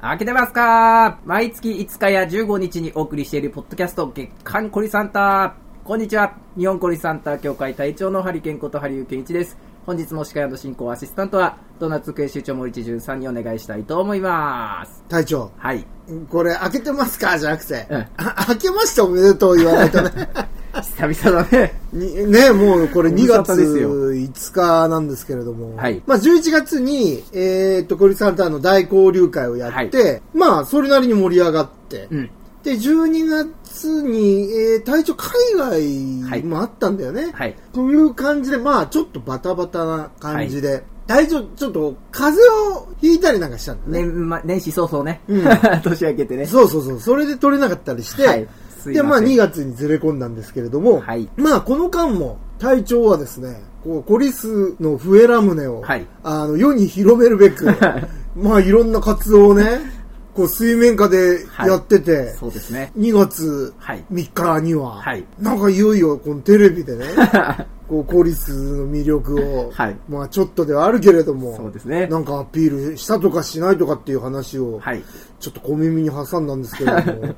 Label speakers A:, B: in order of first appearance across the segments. A: 開けてますか毎月5日や15日にお送りしているポッドキャスト月刊コリサンタこんにちは日本コリサンタ協会隊長のハリケンことハリウケンイチです本日も司会進行アシスタントはドーナツ編集長森一重さんにお願いしたいと思います
B: 隊長、
A: はい
B: これ開けてますかじゃなくて、
A: うん
B: あ開けましておめでとう言わないと ね。
A: 久々だ ね
B: にね、もうこれ
A: ご無
B: 2
A: 沙
B: 月
A: 汰ですよ
B: 5日なんですけれども、
A: はい
B: まあ11月に、えーっと、コリサンターの大交流会をやって、まあそれなりに盛り上がって、
A: うん
B: で、12月に、えー、隊長海
A: はい
B: 外もあったんだよね。
A: はい
B: という感じで、まあちょっとバタバタな感じで、隊長ちょっと風邪をひいたりなんかしたんだよね。
A: 年,、ま、年始早々ね、
B: うん
A: 年明けてね
B: そうそうそう。それで取れなかったりして、
A: はいすいません
B: で、まあ2月にずれ込んだんですけれども、
A: はい
B: まあこの間も隊長はですね、こうコリスの笛ラムネを、
A: はい
B: あの世に広めるべく、まあいろんな活動をね、こう水面下でやってて、
A: そうですね
B: 2月
A: はい
B: 3日には、
A: はい
B: なんかいよいよこのテレ ビでね、こうコリスの魅力を、
A: はい
B: まあちょっとではあるけれど も、
A: そうですね
B: なんかアピールしたとかしないとかっていう話を、
A: はい
B: ちょっと小耳に挟んだんですけれ ども、こ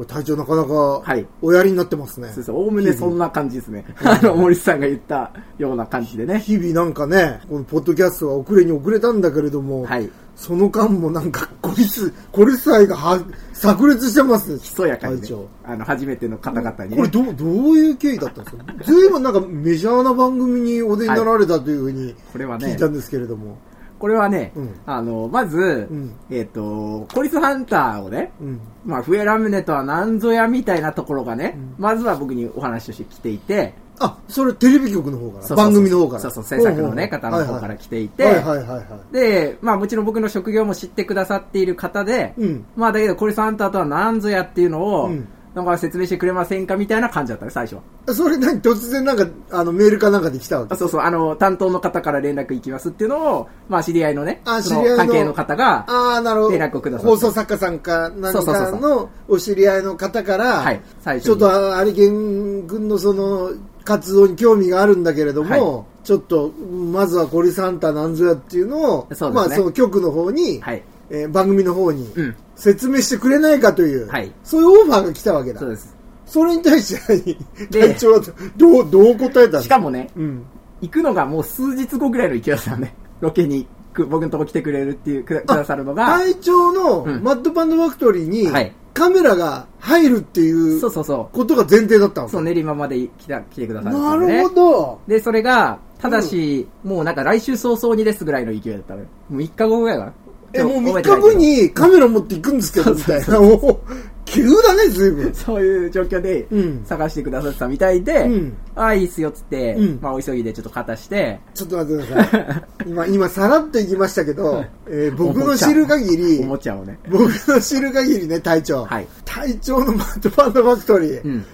B: れ体調なかな
A: はい
B: かおやりになってますね。
A: そうそうおおむねそんな感じですねあの森さんが言ったような感じでね
B: 日々なんかね、このポッドキャストは遅れに遅れたんだけれども、
A: はい
B: その間もなんか孤 立、孤立愛がは炸裂してます。ひ
A: ひそやかに、ね
B: 隊長。、
A: あの初めての方々に、
B: これ
A: ね、
B: どう、どういう経緯だったんですかずいぶんなんかメジャーな番組にお出になられたというふうに
A: これはね
B: 聞いたんですけれども。
A: これはね、
B: うん
A: あのまず、
B: うん
A: えっ、と、コリスハンターをね、
B: うん。
A: まあ、笛ラムネとは何ぞやみたいなところがね、
B: ん
A: まずは僕にお話をしてきていて、
B: あ、それテレビ局の方から、
A: そうそうそう
B: 番組の方から。
A: そうそう、制作のね、
B: ほう
A: 方
B: ほう
A: の方から来ていて、
B: はいはいはいはいはい。
A: で、まあ、もちろん僕の職業も知ってくださっている方で、
B: うん
A: まあ、だけど、コリスハンターとは何ぞやっていうのを、
B: うん
A: なんか説明してくれませんかみたいな感じだったね、最初は。
B: それ何突然なんか、あの、メールかなんかで来たわけ
A: あそうそう、あの、担当の方から連絡いきますっていうのを、まあ、知り合いのね、
B: あ
A: その
B: 知り合いの
A: 関係の方が、
B: ああ、なるほ
A: 連絡をくださっ
B: ど。
A: た
B: 放送作家さんか何
A: そうそう
B: か
A: そう
B: のお知り合いの方から、
A: はい最初に
B: ちょっとあアリゲン君のその活動に興味があるんだけれども、ちょっと、まずはコリサンタなんぞやっていうのを、
A: そうですね
B: まあその局の方に、
A: はい。
B: えー番組の方に
A: うん
B: 説明してくれないかという、
A: はい
B: そういうオファーが来たわけだ
A: そう。です。
B: それに対して何、
A: で
B: 隊長はどう、どう答えたの
A: しかもね、
B: うん。
A: 行くのがもう数日後ぐらいの勢いだったんで、 ロケに行く僕のとこ来てくれるっていう、くだくださるのが、
B: 隊長の
A: うん
B: マッドパンドファクトリーに、
A: はい
B: カメラが入るっていう
A: そうそうそ
B: ことが前提だったの
A: う、そう練馬まで来た来てくださるんです
B: な
A: よね。
B: るほど。
A: で、それが、ただし、もうなんか来週早々にですぐらいの勢いだったのよ。もう3日後ぐらいかな。
B: え、もう
A: 覚
B: 3
A: えてないけ
B: 日
A: ど
B: 後。にカメラ持っていくんですけど、みたいな。おお急だね、随分。
A: そういう状況で
B: うん
A: 探してくださってたみたいで、
B: うん
A: ああ、いいっすよっつって、
B: うん
A: まあお急ぎでちょっと片 して、
B: ちょっと待ってくだ さい。今、今、さらっと行きましたけど、えー僕の知る限り
A: お、もちゃをね。
B: 僕の知る限りね、隊長。
A: はい
B: 隊長のマッドパンドファクトリー。
A: うん。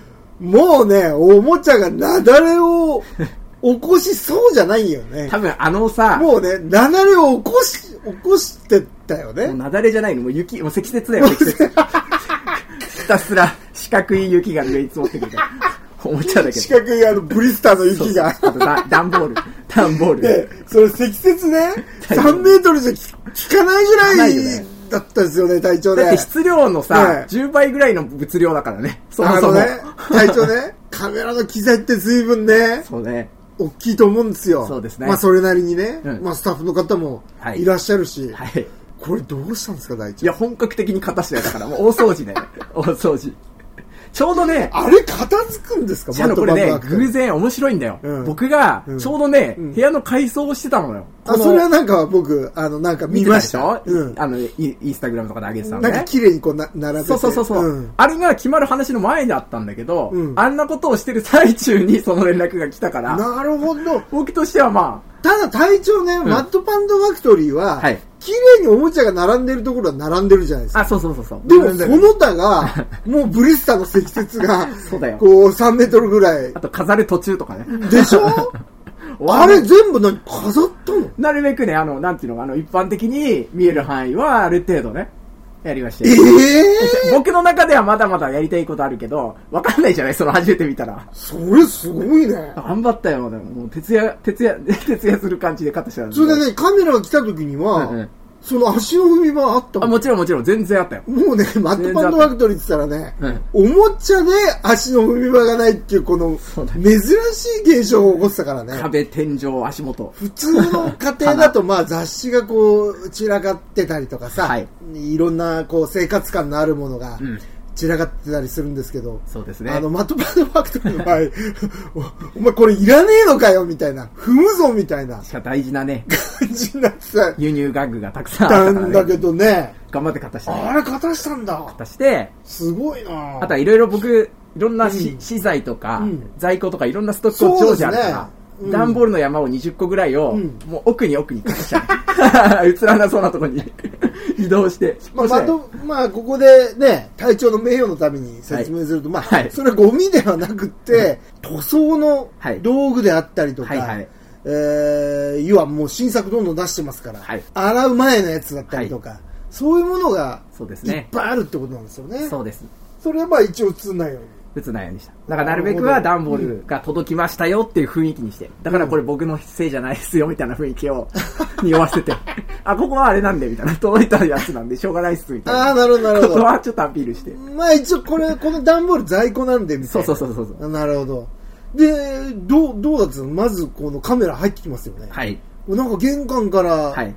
B: もうね、おもちゃが雪崩を起こしそうじゃないよね
A: 多。分あのさ、
B: もうね、雪崩を起こし、起こしてったよ
A: もう
B: ね。
A: 雪崩じゃないの、もう雪、もう積雪だよ、積 雪。ひたすら四角い雪が上に積もってくるから。おもちゃだけど。
B: 四角いあの、ブリスターの雪が。
A: あとだ、段ボール。段ボール。
B: で、それ積雪ね、3メートルじゃ効かないぐら
A: 効かないよ
B: い
A: ね
B: だったですよね、隊長ね。
A: だって質量のさ、
B: はい
A: 10倍ぐらいの物量だからね。そも
B: あ
A: そ
B: の
A: も。
B: ね、隊長ね、カメラの機材って随分ね、
A: そうね。
B: 大きいと思うんですよ。
A: そうですね
B: まあそれなりにね、
A: うん
B: まあスタッフの方もいらっしゃるし、
A: はい。
B: これどうしたんですか、隊
A: い
B: 長。
A: や、本格的に片してやったから、もう大掃除ね。 大掃除。ちょうどね、
B: あれ片付くんですか、
A: しかもこれ
B: マ
A: ね
B: ッ、トバンドワーク
A: 偶然面白いんだよ。
B: うん
A: 僕が
B: う、ん
A: ちょうどね、
B: うん
A: 部屋の改装をしてたのよ。
B: あ、それはなんか僕、あの、なんか
A: 見
B: 見
A: てた
B: ま
A: で
B: し。
A: したょ、
B: うん。
A: あの、イインスタグラムとかで上げてたの
B: なん
A: ね
B: か。綺麗にこうな、並べて。
A: そうそうそうそう、
B: ん
A: あれが決まる話の前だったんだけど、
B: うん
A: あんなことをしてる最中にその連絡が来たから、
B: なるほど。
A: 僕としてはま
B: ただ隊長ね、マッドパンドファクトリーは、
A: はい
B: 綺麗におもちゃが並んでるところは並んでるじゃないです
A: あ、
B: か。
A: あ、そうそうそうそう。、
B: でも、その他が、もうブリスタの積雪が
A: そうだよ
B: こう、3メートルぐらい
A: あ。と飾る途中とかね。
B: でしょあれ全部何飾ったの
A: なるべくね、あの、なんていうのか、あの、一般的に見える範囲はある程度ね、やりまして
B: え。え
A: 僕の中ではまだまだやりたいことあるけど、わかんないじゃないその初めて見たら。
B: それすごいね。
A: 頑張った よ、でも。もう徹夜、徹夜、徹夜する感じで勝った人なん
B: それでね、カメラが来た時には、
A: うんうん
B: その足の踏み場あっ
A: あ、
B: たもん
A: もちろんもちろん、全然あったよ。
B: もうね、マットパンドファクトリーって言ったらね、
A: うん
B: おもちゃで足の踏み場がないっていう、この、
A: そうだ
B: 珍しい現象を起こしてたからね。
A: 壁、天井、足元。
B: 普通の家庭だと、まあ雑誌がこう、散らかってたりとかさ、
A: はい
B: い、ろんなこう生活感のあるものが
A: うん
B: 散らかってたりするんですけど、
A: そうですね。
B: あの、マットパンドファクトリーの場合、おお前これいらねえのかよみたいな、踏むぞみたいな
A: しか大事な ね、
B: 感じになってた
A: 輸入玩具がたくさんあ
B: た
A: ったか
B: んだ
A: らね。
B: けどね、
A: 頑張って片してね。
B: あれ、勝たしたんだ。
A: 片して、
B: すごいな
A: あとはいろいろ僕、いろんなし
B: うん
A: 資材とか
B: うん、
A: 在庫とかいろんなストックを常時あるから
B: そうですねう、ん
A: 段ボールの山を20個ぐらいを
B: うん、
A: もう奥に奥に隠しちゃう。 映らなそうなとこに移動して。
B: まあ、
A: そし
B: ま
A: て
B: と、まあ、ここでね、隊長の名誉のために説明すると、まあ、
A: はい
B: それはゴミではなくて、塗装の
A: はい
B: 道具であったりとか、
A: はいはい
B: えー、要はもう新作どんどん出してますから、
A: はい
B: 洗う前のやつだったりとか、そういうものが
A: そうです
B: いっ
A: ね。
B: ぱいあるってことなんですよね。
A: そうです。
B: それはまあ一応映んないように。
A: 打つないようにした。だからなるべくは段ボールが届きましたよっていう雰囲気にして。だからこれ僕のせいじゃないですよみたいな雰囲気を 匂わせて。あ、ここはあれなんでみたいな。届いたやつなんでしょうがないっすみたい
B: あ
A: な。
B: あ、なるほど、なる
A: こと
B: ほ
A: はちょっとアピールして。
B: ど。まあ一応これ、この段ボール在庫なんで、みた
A: そ
B: いうな。
A: そうそうそうそう。
B: なるほど。で、どう、どうだったのまずこのカメラ入ってきますよね。
A: はい。
B: なんか玄関から、
A: はい。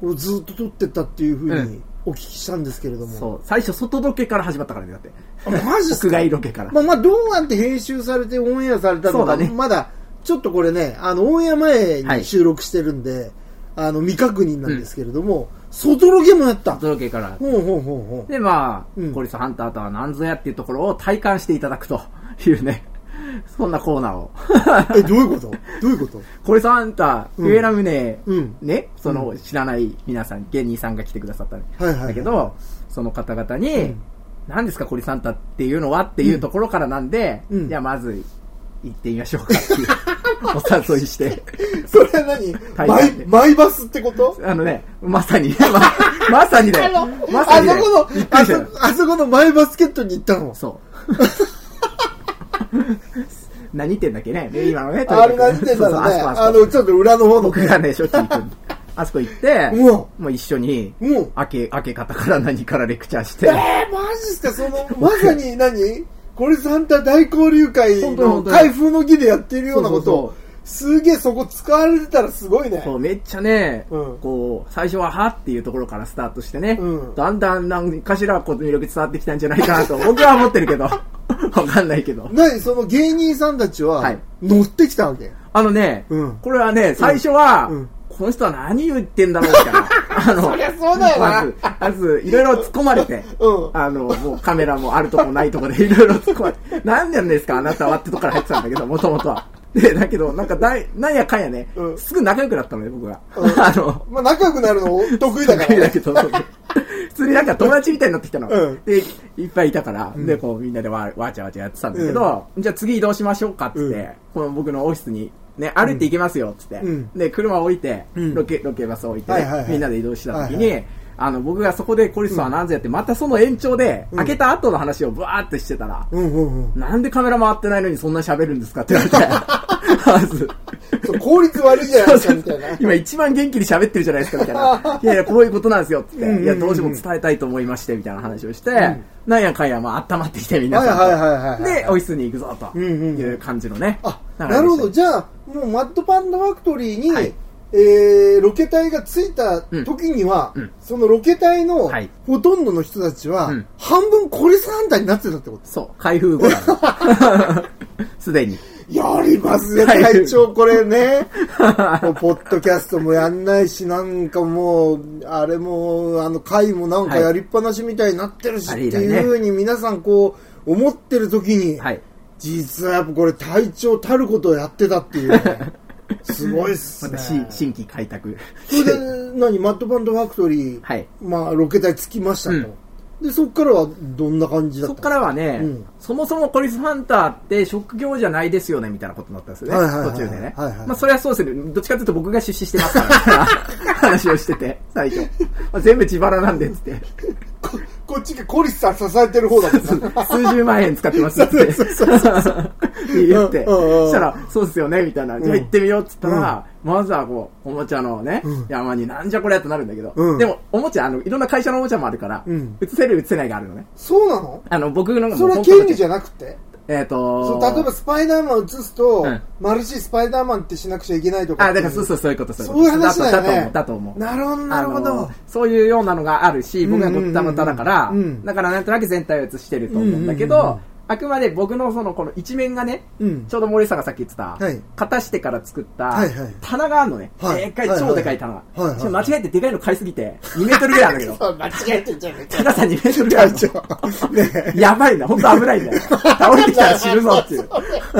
B: こうずっと撮ってたっていうふう
A: う
B: にお聞きしたんですけれども、
A: そう。最初外ロケから始まったからね、だって。
B: あマジっす
A: 屋
B: か、
A: 外ロケから。
B: まあ、まあどうやって編集されてオンエアされた
A: そ
B: の
A: うだ
B: か、
A: ね
B: まだちょっとこれねあのオンエア前に収録してるんで、あの未確認なんですけれども、外ロケもやった
A: 外ロケから。
B: ほうほうほうほう
A: で、まあ、
B: うん
A: コリスハンターとは何ぞやっていうところを体感していただくというね。そんなコーナーを。
B: えどういうことどういうこと
A: コリスハンター、
B: うん
A: 上ラムネ、
B: うん
A: ね、その知らない皆さん、芸人さんが来てくださったん
B: はいはいはい
A: だけど、その方々に、
B: うん
A: 何ですか、コリサンタっていうのはっていうところからなんで、
B: うん
A: じゃあまず行ってみましょうかっていうお誘い して、
B: それは何
A: 体
B: マ
A: 感で
B: イマイバスってこと
A: あのね、 まさに、ま、まさにだ
B: あ
A: よ
B: の、。
A: まさ
B: あ
A: に
B: そ
A: だよ
B: この
A: びっ、く
B: あ
A: りし
B: そ
A: たよ
B: こ、あそこのマイバスケットに行ったの。
A: そう。 何言ってんだっけねで今のね、
B: あれなんて言った
A: そう
B: の
A: そう
B: ね。
A: あそこあ
B: あ
A: そこ
B: の、ちょっと裏の方の。
A: 僕がね、しょっちゅう行 くんであそこ行って、
B: うわ
A: もう一緒に、
B: うん
A: 開け、開け方から何からレクチャーして、
B: えー、マジっすか、その、まさに何コリスハンター大交流会
A: 本当に
B: の
A: 本当に
B: 開封の儀でやってるようなこと
A: そう
B: を、すげえそこ使われてたらすごいね。
A: そうめっちゃね、
B: うん
A: こう、最初ははっていうところからスタートしてね、
B: うん
A: だんだん何かしらこう魅力伝わってきたんじゃないかなと、 僕は思ってるけど、わかんないけど。
B: 何その芸人さんたち
A: は、
B: はい乗ってきたわけ。
A: あのね、
B: うん
A: これはね、最初は、
B: うん
A: この人は何言ってんだろうみたい な。あの、
B: そりゃそうだよな
A: まず、まず、いろいろ突っ込まれて、
B: うん
A: あの、もうカメラもあるとこないとこでいろいろ突っ込まれて、何なんですかあなたはってとこから入ってたんだけ ど、もともとは。で、だけど、なんかだい、なんやかんやね、
B: うん
A: すぐ仲良くなったのね、僕が。
B: う ん
A: あの、
B: まあ仲良く なるの得意だから
A: 得意だ
B: ね。
A: けど、普通になんか友達みたいになってきたの。
B: うん
A: で、いっぱいいたから、で、こうみんなでわわーちゃわちゃやってたんだけど、じゃあ次移動しましょうかっつって、
B: うん
A: この僕のオフィスに、ね、歩いて行けますよっつって、
B: うん
A: で、車置いて、
B: うん
A: ロケ、ロケバス置いてね、
B: はいはいはい
A: みんなで移動してた時に、
B: はいは
A: あの、僕がそこでコリスは何ぞやって、またその延長で、開けた後の話をブワーってしてたら、
B: うんうんうん。
A: なんでカメラ回ってないのにそんな喋るんですかって言われ て、まず
B: そう効率悪いじゃないですか、みたいな。
A: 今一番元気に喋ってるじゃないですか、みたい な。いやいや、こういうことなんですよ、つって。
B: うんうんうん
A: いや、どうしても伝えたいと思いまして、みたいな話をして、なんやかんや、まあ、温まってきて、みんなさんと。
B: はいはいはいはいはい
A: で、オフィスに行くぞ、と
B: うんうん
A: いう感じのね。
B: あ、なる
A: 流れ
B: ほど。
A: でし
B: じゃあ、もうマッドパンダファクトリーに、
A: はい
B: えー、ロケ隊が着いた時には、
A: うんうん
B: そのロケ隊の
A: はい
B: ほとんどの人たちは、
A: うん
B: 半分コリスハンターになってたってこ
A: たそう、開封後なの す でに。
B: とやりますね、
A: はい
B: 隊長、これ ね。もうポッドキャストもやんないし、なんかもう、あれも、あの、回もなんかやりっぱなしみたいになってるし、
A: はい
B: っていうふうに皆さんこう、思ってる時に、
A: はい。
B: 実はやっぱこれ隊長たることをやってたっていうね、すごいっす
A: ま
B: ね。
A: た、し新規開拓。
B: それで、何、マッドパンドファクトリー、
A: はい
B: まあ、ロケ隊着きましたと。で、そっからはどんな感じだっ
A: そ
B: た
A: っからはね、
B: うん
A: そもそもコリスハンターって職業じゃないですよね、みたいなことになったんですよね。
B: はいはいはい
A: 途中でね。
B: はいはい
A: まあ、それはそうですね。どっちかというと僕が出資して ますから、みたいな話をしてて、最初。まあ、全部自腹なんで、つって。
B: ここっちがコリスさん支えてる方だもん な。
A: 数十万円使ってますって。って 言って、
B: うんうんうん
A: そしたら、そうですよね、みたいな。じゃあ行ってみようっつったら、まずはこう、おもちゃのね、山になんじゃこりゃってなるんだけど、
B: うん
A: でも、おもちゃ、あの、いろんな会社のおもちゃもあるから、
B: うん
A: 映せる映せないがあるのね。
B: そうなの
A: あの、僕のが
B: それは
A: 本当だ
B: 権
A: け
B: 利じゃなくて
A: えっ、と
B: そう例えばスパイダーマン映すと、
A: うん
B: マルチスパイダーマンってしなくちゃいけないとか。
A: あ、だからそうそうそういうこと、そういう
B: そういう
A: こと。
B: 話だよね。
A: だと思う、だと思う。
B: なるほど、なるほ
A: あ
B: ど
A: の。そういうようなのがあるし、僕はごったまただから、
B: うんうんうんうん
A: だからなんとなく全体を映してると思うんだけど、
B: うんうんうんうん
A: あくまで僕のその、この一面がね、
B: うん
A: ち。ょうど森さんがさっき言ってた、
B: はい
A: 片してから作った
B: はいはい
A: 棚があるのね。
B: はい
A: でっかい、
B: はいはい
A: 超でかい棚が。
B: はいはい
A: しかも間違えてでかいの買いすぎて、2メートルぐらいあるんだけ ど、
B: 間違えてんじゃね え
A: 高さ2メートルぐらいあるの。
B: ねえ
A: やばいな、本当危ないんだ よ。倒れてきたら死ぬぞっていう。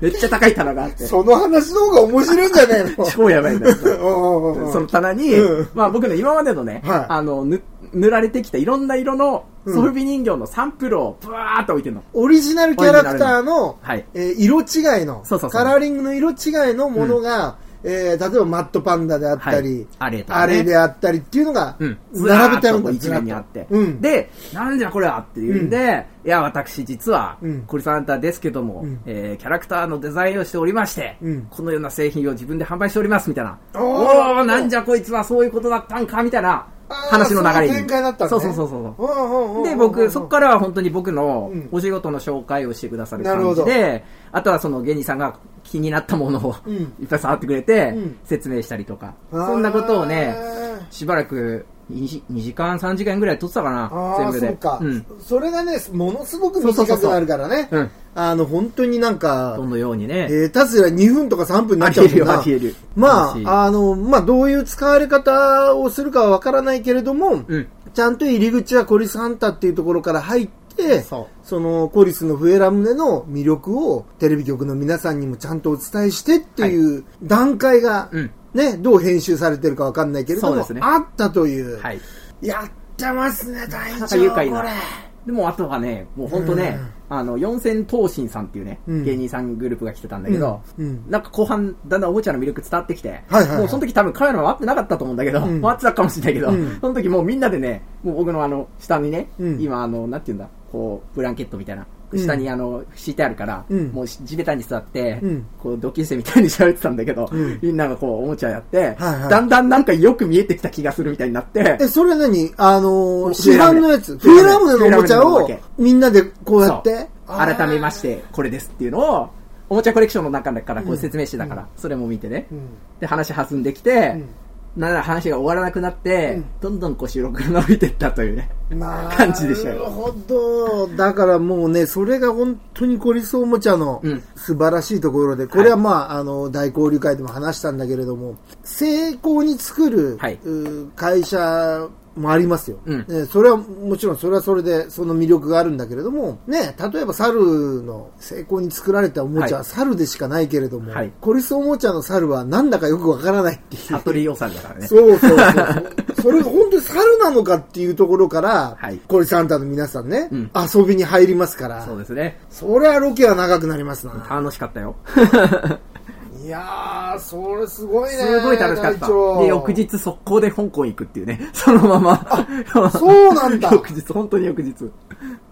A: めっちゃ高い棚があって、
B: その話の方が面白いんじゃ ねえの
A: 超やばいんだよ。
B: うんうんうん
A: その棚に、
B: うん
A: まあ僕の今までのね、
B: はい
A: あの、ぬ塗られてきたいろんな色の
B: うん
A: ソフビ人形のサンプルをブワーっと置いてんの。
B: オリジナルキャラクターの、
A: はい
B: えー色違いの
A: そうそうそう
B: カラーリングの色違いのものが、えー例えばマットパンダであった
A: は
B: り、
A: いあれとかね
B: あれであったりっていうのが、
A: うん。
B: 並べてあるんだ、
A: 一面にあって。
B: うん、
A: で、なんじゃこれはっていうんで、いや、私実は
B: うん、
A: コリサンタですけども、
B: うん
A: えーキャラクターのデザインをしておりまして、
B: うん
A: このような製品を自分で販売しております、みたいな。
B: お
A: お
B: ー
A: ー、なんじゃこいつはそういうことだったんか、みたいな
B: あー
A: 話の流れ
B: そういう展開だったのね
A: そうそうそうそう。
B: うんうんうんうん
A: で、僕、そこからは本当に僕の
B: うん
A: お仕事の紹介をしてくださる
B: なるほ
A: 感
B: ど
A: じで、あとはその芸人さんが気になったものを
B: うん
A: いっぱい触ってくれて
B: うん、
A: 説明したりとか、
B: あー
A: そんなことをね、しばらく 2, 時間、3時間ぐらい撮ってたかな
B: あ、
A: 全
B: あ、
A: 部
B: そ
A: で。
B: うか、
A: ん。
B: それがね、ものすごく
A: そうそ
B: 短
A: うそ
B: く
A: う
B: なるからね。
A: うん
B: あの、本当になんか、
A: どのようにね。
B: えー、たすら2分とか3分になっちゃうもんな。
A: ありえるよありえる
B: ま
A: 嬉しい
B: あ、あの、まあ、どういう使われ方をするかはわからないけれども、
A: うん
B: ちゃんと入り口はコリスハンターっていうところから入って、
A: そ
B: のコリスの笛ラムネの魅力をテレビ局の皆さんにもちゃんとお伝えしてっていう段階が、
A: うん
B: ね、どう編集されてるかわかんないけれども、
A: そうですね
B: あったという。
A: はい。
B: やってますね、大
A: なんか
B: 丈
A: 愉
B: 夫
A: 快
B: こ
A: な
B: れ。。
A: でも、あとはね、もう本当ね、あの、四千頭身さんっていうね、
B: うん
A: 芸人さんグループが来てたんだけど、
B: うんうん
A: なんか後半、だんだんおもちゃの魅力伝わってきて、
B: はいはい
A: もうその時多分カメラ回ってなかったと思うんだけど、
B: ん
A: 回ってたかもしれないけど、
B: うん
A: その時もうみんなでね、もう僕のあの、下にね、
B: うん
A: 今あの、なんて言うんだ、こう、ブランケットみたいな。
B: ん
A: 下にあの、敷いてあるから、
B: うん
A: もう地べたに座って、
B: うん
A: こう、ドキュ生みたいに喋ってたんだけど、
B: ん
A: みんながこう、おもちゃやって、
B: はいはい
A: だんだんなんかよく見えてきた気がするみたいになって、
B: え、それ何あのー、市
A: 笛ラムネ
B: 販のやつ。フィラムネのおもちゃ
A: 笛ラムネのお
B: を
A: まけ
B: みんなでこうやって。。
A: そう改めましててこれですっていうのをおもちゃコレクションの中からこう説明してたから、それも見てね、
B: うん
A: で話弾んできて、なんなら話が終わらなくなって、どんどんこう収録が伸びてったという ね、感じでした
B: なる
A: よ
B: ほど。だからもうね、それが本当にコリスおもちゃの
A: うん
B: 素晴らしいところで、これはまあ、あの、大交流会でも話したんだけれども、成功に作る、
A: はいう
B: 会社もありますよ、
A: うん
B: ねそれはもちろんそれはそれでその魅力があるんだけれども、ね、例えば猿の成功に作られたおもちゃ
A: は
B: はい猿でしかないけれども、
A: はい
B: コリスおもちゃの猿はなんだかよくわからないっていう。
A: 悟り予算だからね
B: そうそうそう。それが本当に猿なのかっていうところから、
A: はい
B: コリサンタの皆さんね、
A: うん
B: 遊びに入りますから、
A: そうですね
B: そりゃロケは長くなりますな。
A: 楽しかったよ
B: いやー、それすごいね。
A: すごい楽しかった
B: 隊長
A: で翌。日速攻で香港行くっていうねそのまま
B: そうなん だ
A: 翌日本当に翌日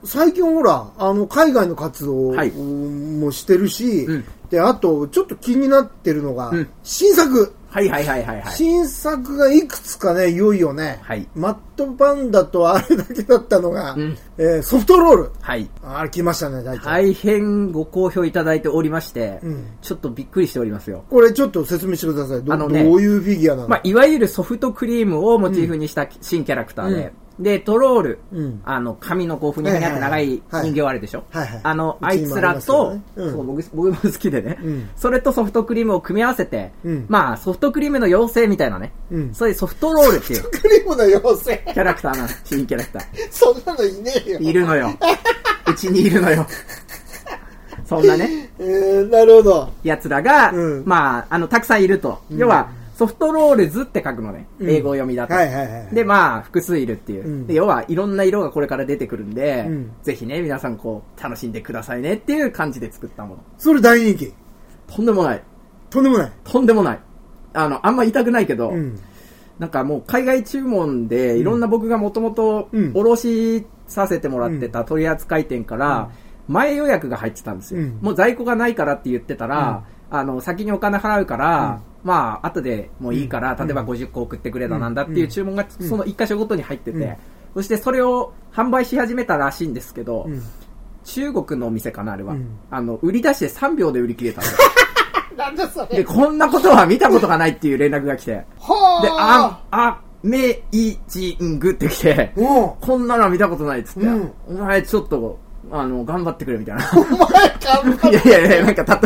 B: 最近ほら、あの、海外の活動
A: はい
B: もしてるし、
A: うん
B: で、あと、ちょっと気になってるのが、
A: うん
B: 新作。
A: はいはいはいはいはい
B: 新作がいくつかね、いよいよね、
A: はい
B: マットパンダとあれだけだったのが、
A: うん
B: えーソフトロール。
A: はい
B: あれ来ましたね、大体。
A: 大変ご好評いただいておりまして、
B: うん
A: ちょっとびっくりしておりますよ
B: これちょっと説明してください。ど,、
A: あのね
B: どういうフィギュアなの、
A: まあ、いわゆるソフトクリームをモチーフにした新キャラクターで、で、トロール、
B: うん
A: あの、髪のこう、ふにゃふにゃって長い
B: はいはいはい
A: 人形あるでしょ、
B: はいはい
A: あの、あ
B: うち
A: い
B: にも
A: つらと、
B: ありますよねうん
A: そう僕僕も好きでね、
B: うん
A: それとソフトクリームを組み合わせて、
B: うん
A: まあ、ソフトクリームの妖精みたいなね、
B: うん
A: そういうソフトロールっていう
B: クリームの妖精。
A: キャラクターなんです、新キャラクター。
B: そんなのいねえよ。
A: いるの よ。うちにいるのよ。そんなね。
B: えー、なるほど。
A: 奴らが、
B: うん
A: まあ、あの、たくさんいると。要は、ソフトロールズって書くのね。
B: ん
A: 英語読みだと。
B: はいはいはい
A: で、まあ、複数いるっていう。
B: うん
A: で要は、いろんな色がこれから出てくるんで、
B: うん
A: ぜひね、皆さんこう、楽しんでくださいねっていう感じで作ったもの。
B: それ大人気。
A: とんでもない。
B: とんでもない。
A: とんでもない。あの、あんま言いたくないけど、
B: うん。
A: なんかもう海外注文で、いろんな僕がもともと
B: うん
A: 卸しさせてもらってた取扱店から、前予約が入ってたんですよ。
B: うん
A: もう在庫がないからって言ってたら、あの、先にお金払うから、まあ、後でもういいから、
B: うん
A: 例えば50個送ってくれだなんだっていう注文が、
B: うん
A: その1箇所ごとに入ってて、
B: うん
A: そしてそれを販売し始めたらしいんですけど、
B: うん
A: 中国のお店かな、あれは。
B: うん
A: あの、売り出して3秒で売り切れたんです
B: なんだそ
A: で、。こんなことは見たことがないっていう連絡が来て。で、
B: は
A: あ、あ、めいちんぐって来て、
B: うん。お
A: こんなのは見たことないっつって、
B: うん
A: お前ちょっと、あの、頑張ってくれみ たいな。
B: 前頑張
A: いやいやいや、なんかた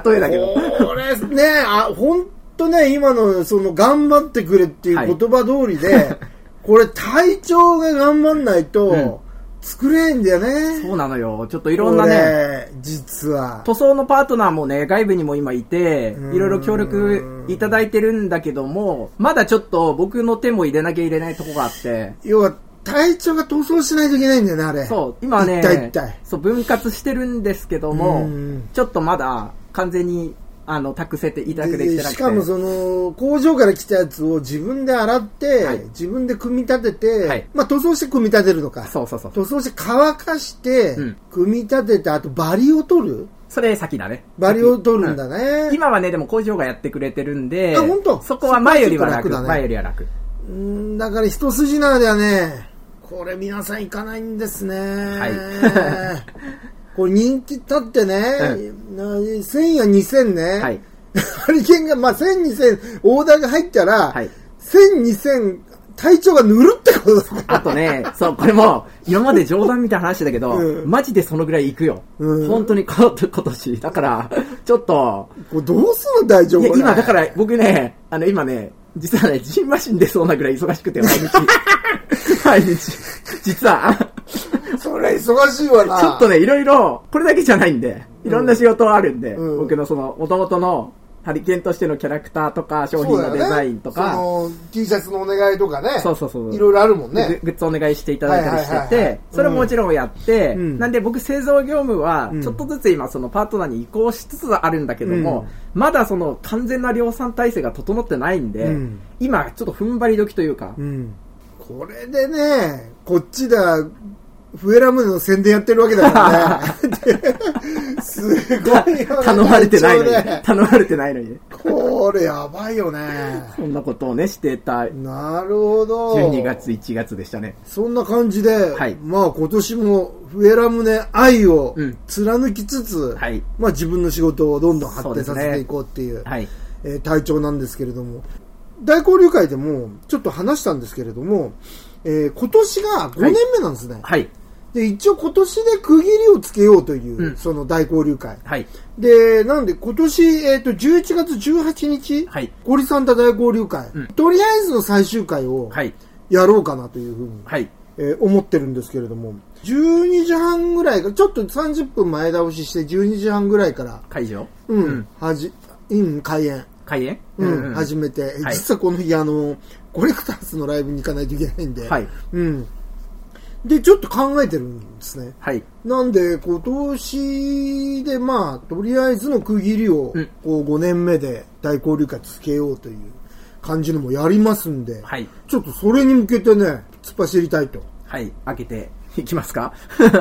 A: と、 例えだけど。
B: これね、あ、ほんとね、今のその頑張ってくれっていう言葉通りで、 これ体調が頑張んない
A: うん
B: と作れんだよね。
A: そううなのよ。ちょっといろんなね、
B: 実は。
A: 塗装のパートナーもね、外部にも今いて
B: う、ん
A: いろいろ協力いただいてるんだけども、まだちょっと僕の手も入れなきゃ入れないとこがあって、
B: 要は体調が塗装しないといけないんだよね、あれ。
A: そう、今ね、
B: 一体一体
A: そう、分割してるんですけども、
B: うん
A: ちょっとまだ完全に、あの、託せて、委託できてな
B: で
A: くて。
B: しかもその工場から来たやつを自分で洗って、
A: はい
B: 自分で組み立てて、
A: はい
B: まあ、塗装して組み立てるのか
A: そうそうそう。
B: 塗装して乾かして、
A: うん
B: 組み立ててあとバリを取る
A: それ先だね。
B: バリを取るんだ
A: 先
B: ね、
A: 今はね、でも工場がやってくれてるんで、
B: あ本当
A: そこは前よりは楽。
B: そこはちょっと楽だね
A: 前よりは楽。
B: うん、だから一筋縄ではねこれ皆さん行かないんですね、
A: は
B: これ人気立ってね、な1000や2000ね、
A: はい。
B: ハリケーンが、まあ、1000、2000、オーダーが入ったら、
A: はい
B: 1000、2000、体調がぬるってことだ
A: あとね、 そう、これも、今まで冗談みたいな話だけど、
B: うん
A: マジでそのぐらい行くよ。
B: うん
A: 本当にこ、今年。だから、ちょっと、
B: これどうすんの大丈
A: い
B: 夫
A: や、今だから僕ね、あの今ね、実はね、ジンマシン出そうなぐらい忙しくて、 毎日。毎日。実は、
B: それ忙しいわな。
A: ちょっとね、いろいろ、これだけじゃないんで、いろんな仕事あるんで、
B: うん
A: 僕のその、元々の、ハリケーンとしてのキャラクターとか、商
B: そ
A: 品
B: うだよ
A: の
B: ね
A: デザインとか、
B: その T シャツのお願いとかね。
A: そうそうそう
B: いろいろあるもん
A: グ
B: ね。
A: グッズお願いしていただいたりして
B: はいはいはいはい
A: て、それももちろんやって、
B: うん
A: なんで僕製造業務は
B: うん、
A: ちょっとずつ今そのパートナーに移行しつつあるんだけども、まだその完全な量産体制が整ってないんで、
B: うん
A: 今ちょっと踏ん張り時というか、
B: うん。これでね、こっちだ、フエラムネの宣伝やってるわけだから ね。すごいよね。
A: 頼まれてないのに
B: 体調ね、
A: 頼まれてないのに、
B: これやばいよね。
A: そんなことをね、してた
B: なるほど。
A: 12月、1月でしたね。
B: そんな感じで、
A: はい
B: まあ今年もフエラムネ愛を
A: うん
B: 貫きつつ、
A: はい
B: まあ自分の仕事をどんどん発
A: そう
B: 展
A: です
B: さ
A: ね
B: せていこうっていう
A: はい。
B: えー体調なんですけれども、大交流会でもちょっと話したんですけれども、えー今年が5年目なんですね、
A: はい。
B: で。一応今年で区切りをつけようという、
A: うん
B: その大交流会。
A: はい。
B: で、なんで今年、えっ、と、11月18日、
A: はい
B: ゴリサンタ大交流会、
A: うん
B: とりあえずの最終回を
A: はい。
B: やろうかなというふうに
A: はい。
B: えー思ってるんですけれども、12時半ぐらいが、ちょっと30分前倒しして、12時半ぐらいから、
A: 会場
B: うん、
A: うん
B: はじ、うん、開演、
A: 開演
B: うん、
A: うん
B: 始めて、
A: はい
B: 実はこの日、あの、コレクターズのライブに行かないといけないんで、
A: はい
B: うん。で、ちょっと考えてるんですね。
A: はい。
B: なんで、今年で、まあ、とりあえずの区切りを、
A: うん
B: こう、5年目で大交流会つけようという感じのもやりますんで、
A: はい。
B: ちょっとそれに向けてね、突っ走りたいと
A: はい。開けていきますか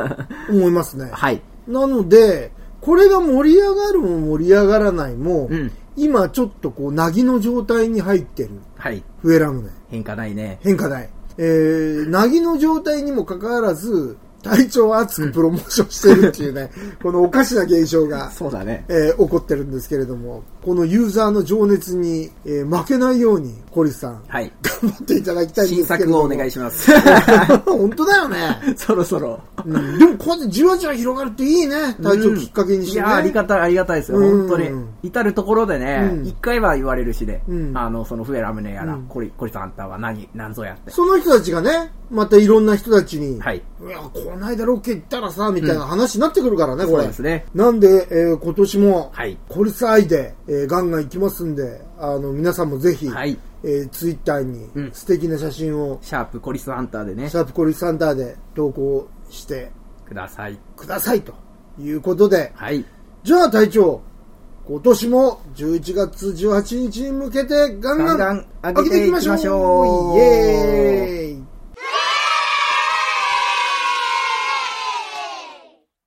B: 思いますね。
A: はい。
B: なので、これが盛り上がるも盛り上がらないも、
A: うん
B: 今ちょっとこう、なぎの状態に入ってる、
A: はい。
B: フエラムネ、
A: 変化ないね。
B: 変化ない。えー、なぎの状態にもかかわらず、体調を熱くプロモーションしてるってい うね、このおかしな現象が、
A: そうだね。
B: えー起こってるんですけれども、このユーザーの情熱に、えー負けないように、コリスさん、
A: はい。
B: 頑張っていただきたいんで
A: 新
B: すけれ
A: 作を
B: ども。
A: お願いします。
B: ます。 本当だよね。
A: そろそろ。
B: うんでもこうやってじわじわ広がるっていいね。体調きっかけにしてね。
A: いやありがたい、ありがたいですよ、
B: うん
A: 本当に。至るところでね
B: う、ん
A: 一、回は言われるしで、
B: うん
A: あの、その、フエラムネやら、
B: うん
A: コリ、コリさんあんたは何、何ぞやって。
B: その人たちがね、またいろんな人たちに、、
A: はいい。
B: や、この間ロケ行ったらさ、みたいな話になってくるからね、こ
A: そう
B: れ。
A: ですね。
B: なんで、えー今年も、
A: はい
B: コルスアイで、えーガンガン行きますんで、あの、皆さんもぜひ、
A: はい
B: えーツイッターに
A: うん
B: 素敵な写真を、
A: シャープコリスハンターでね
B: シ、ャープコルスサンダーで投稿して
A: ください。
B: くださいということで、
A: はい。
B: じゃあ隊長、今年も11月18日に向けてガン
A: ガ
B: ガ
A: ン
B: ン
A: ガン上げ
B: 上げ
A: て
B: て
A: い
B: い
A: き
B: き
A: ま
B: ま
A: し
B: し
A: ょう
B: ょうイエーイ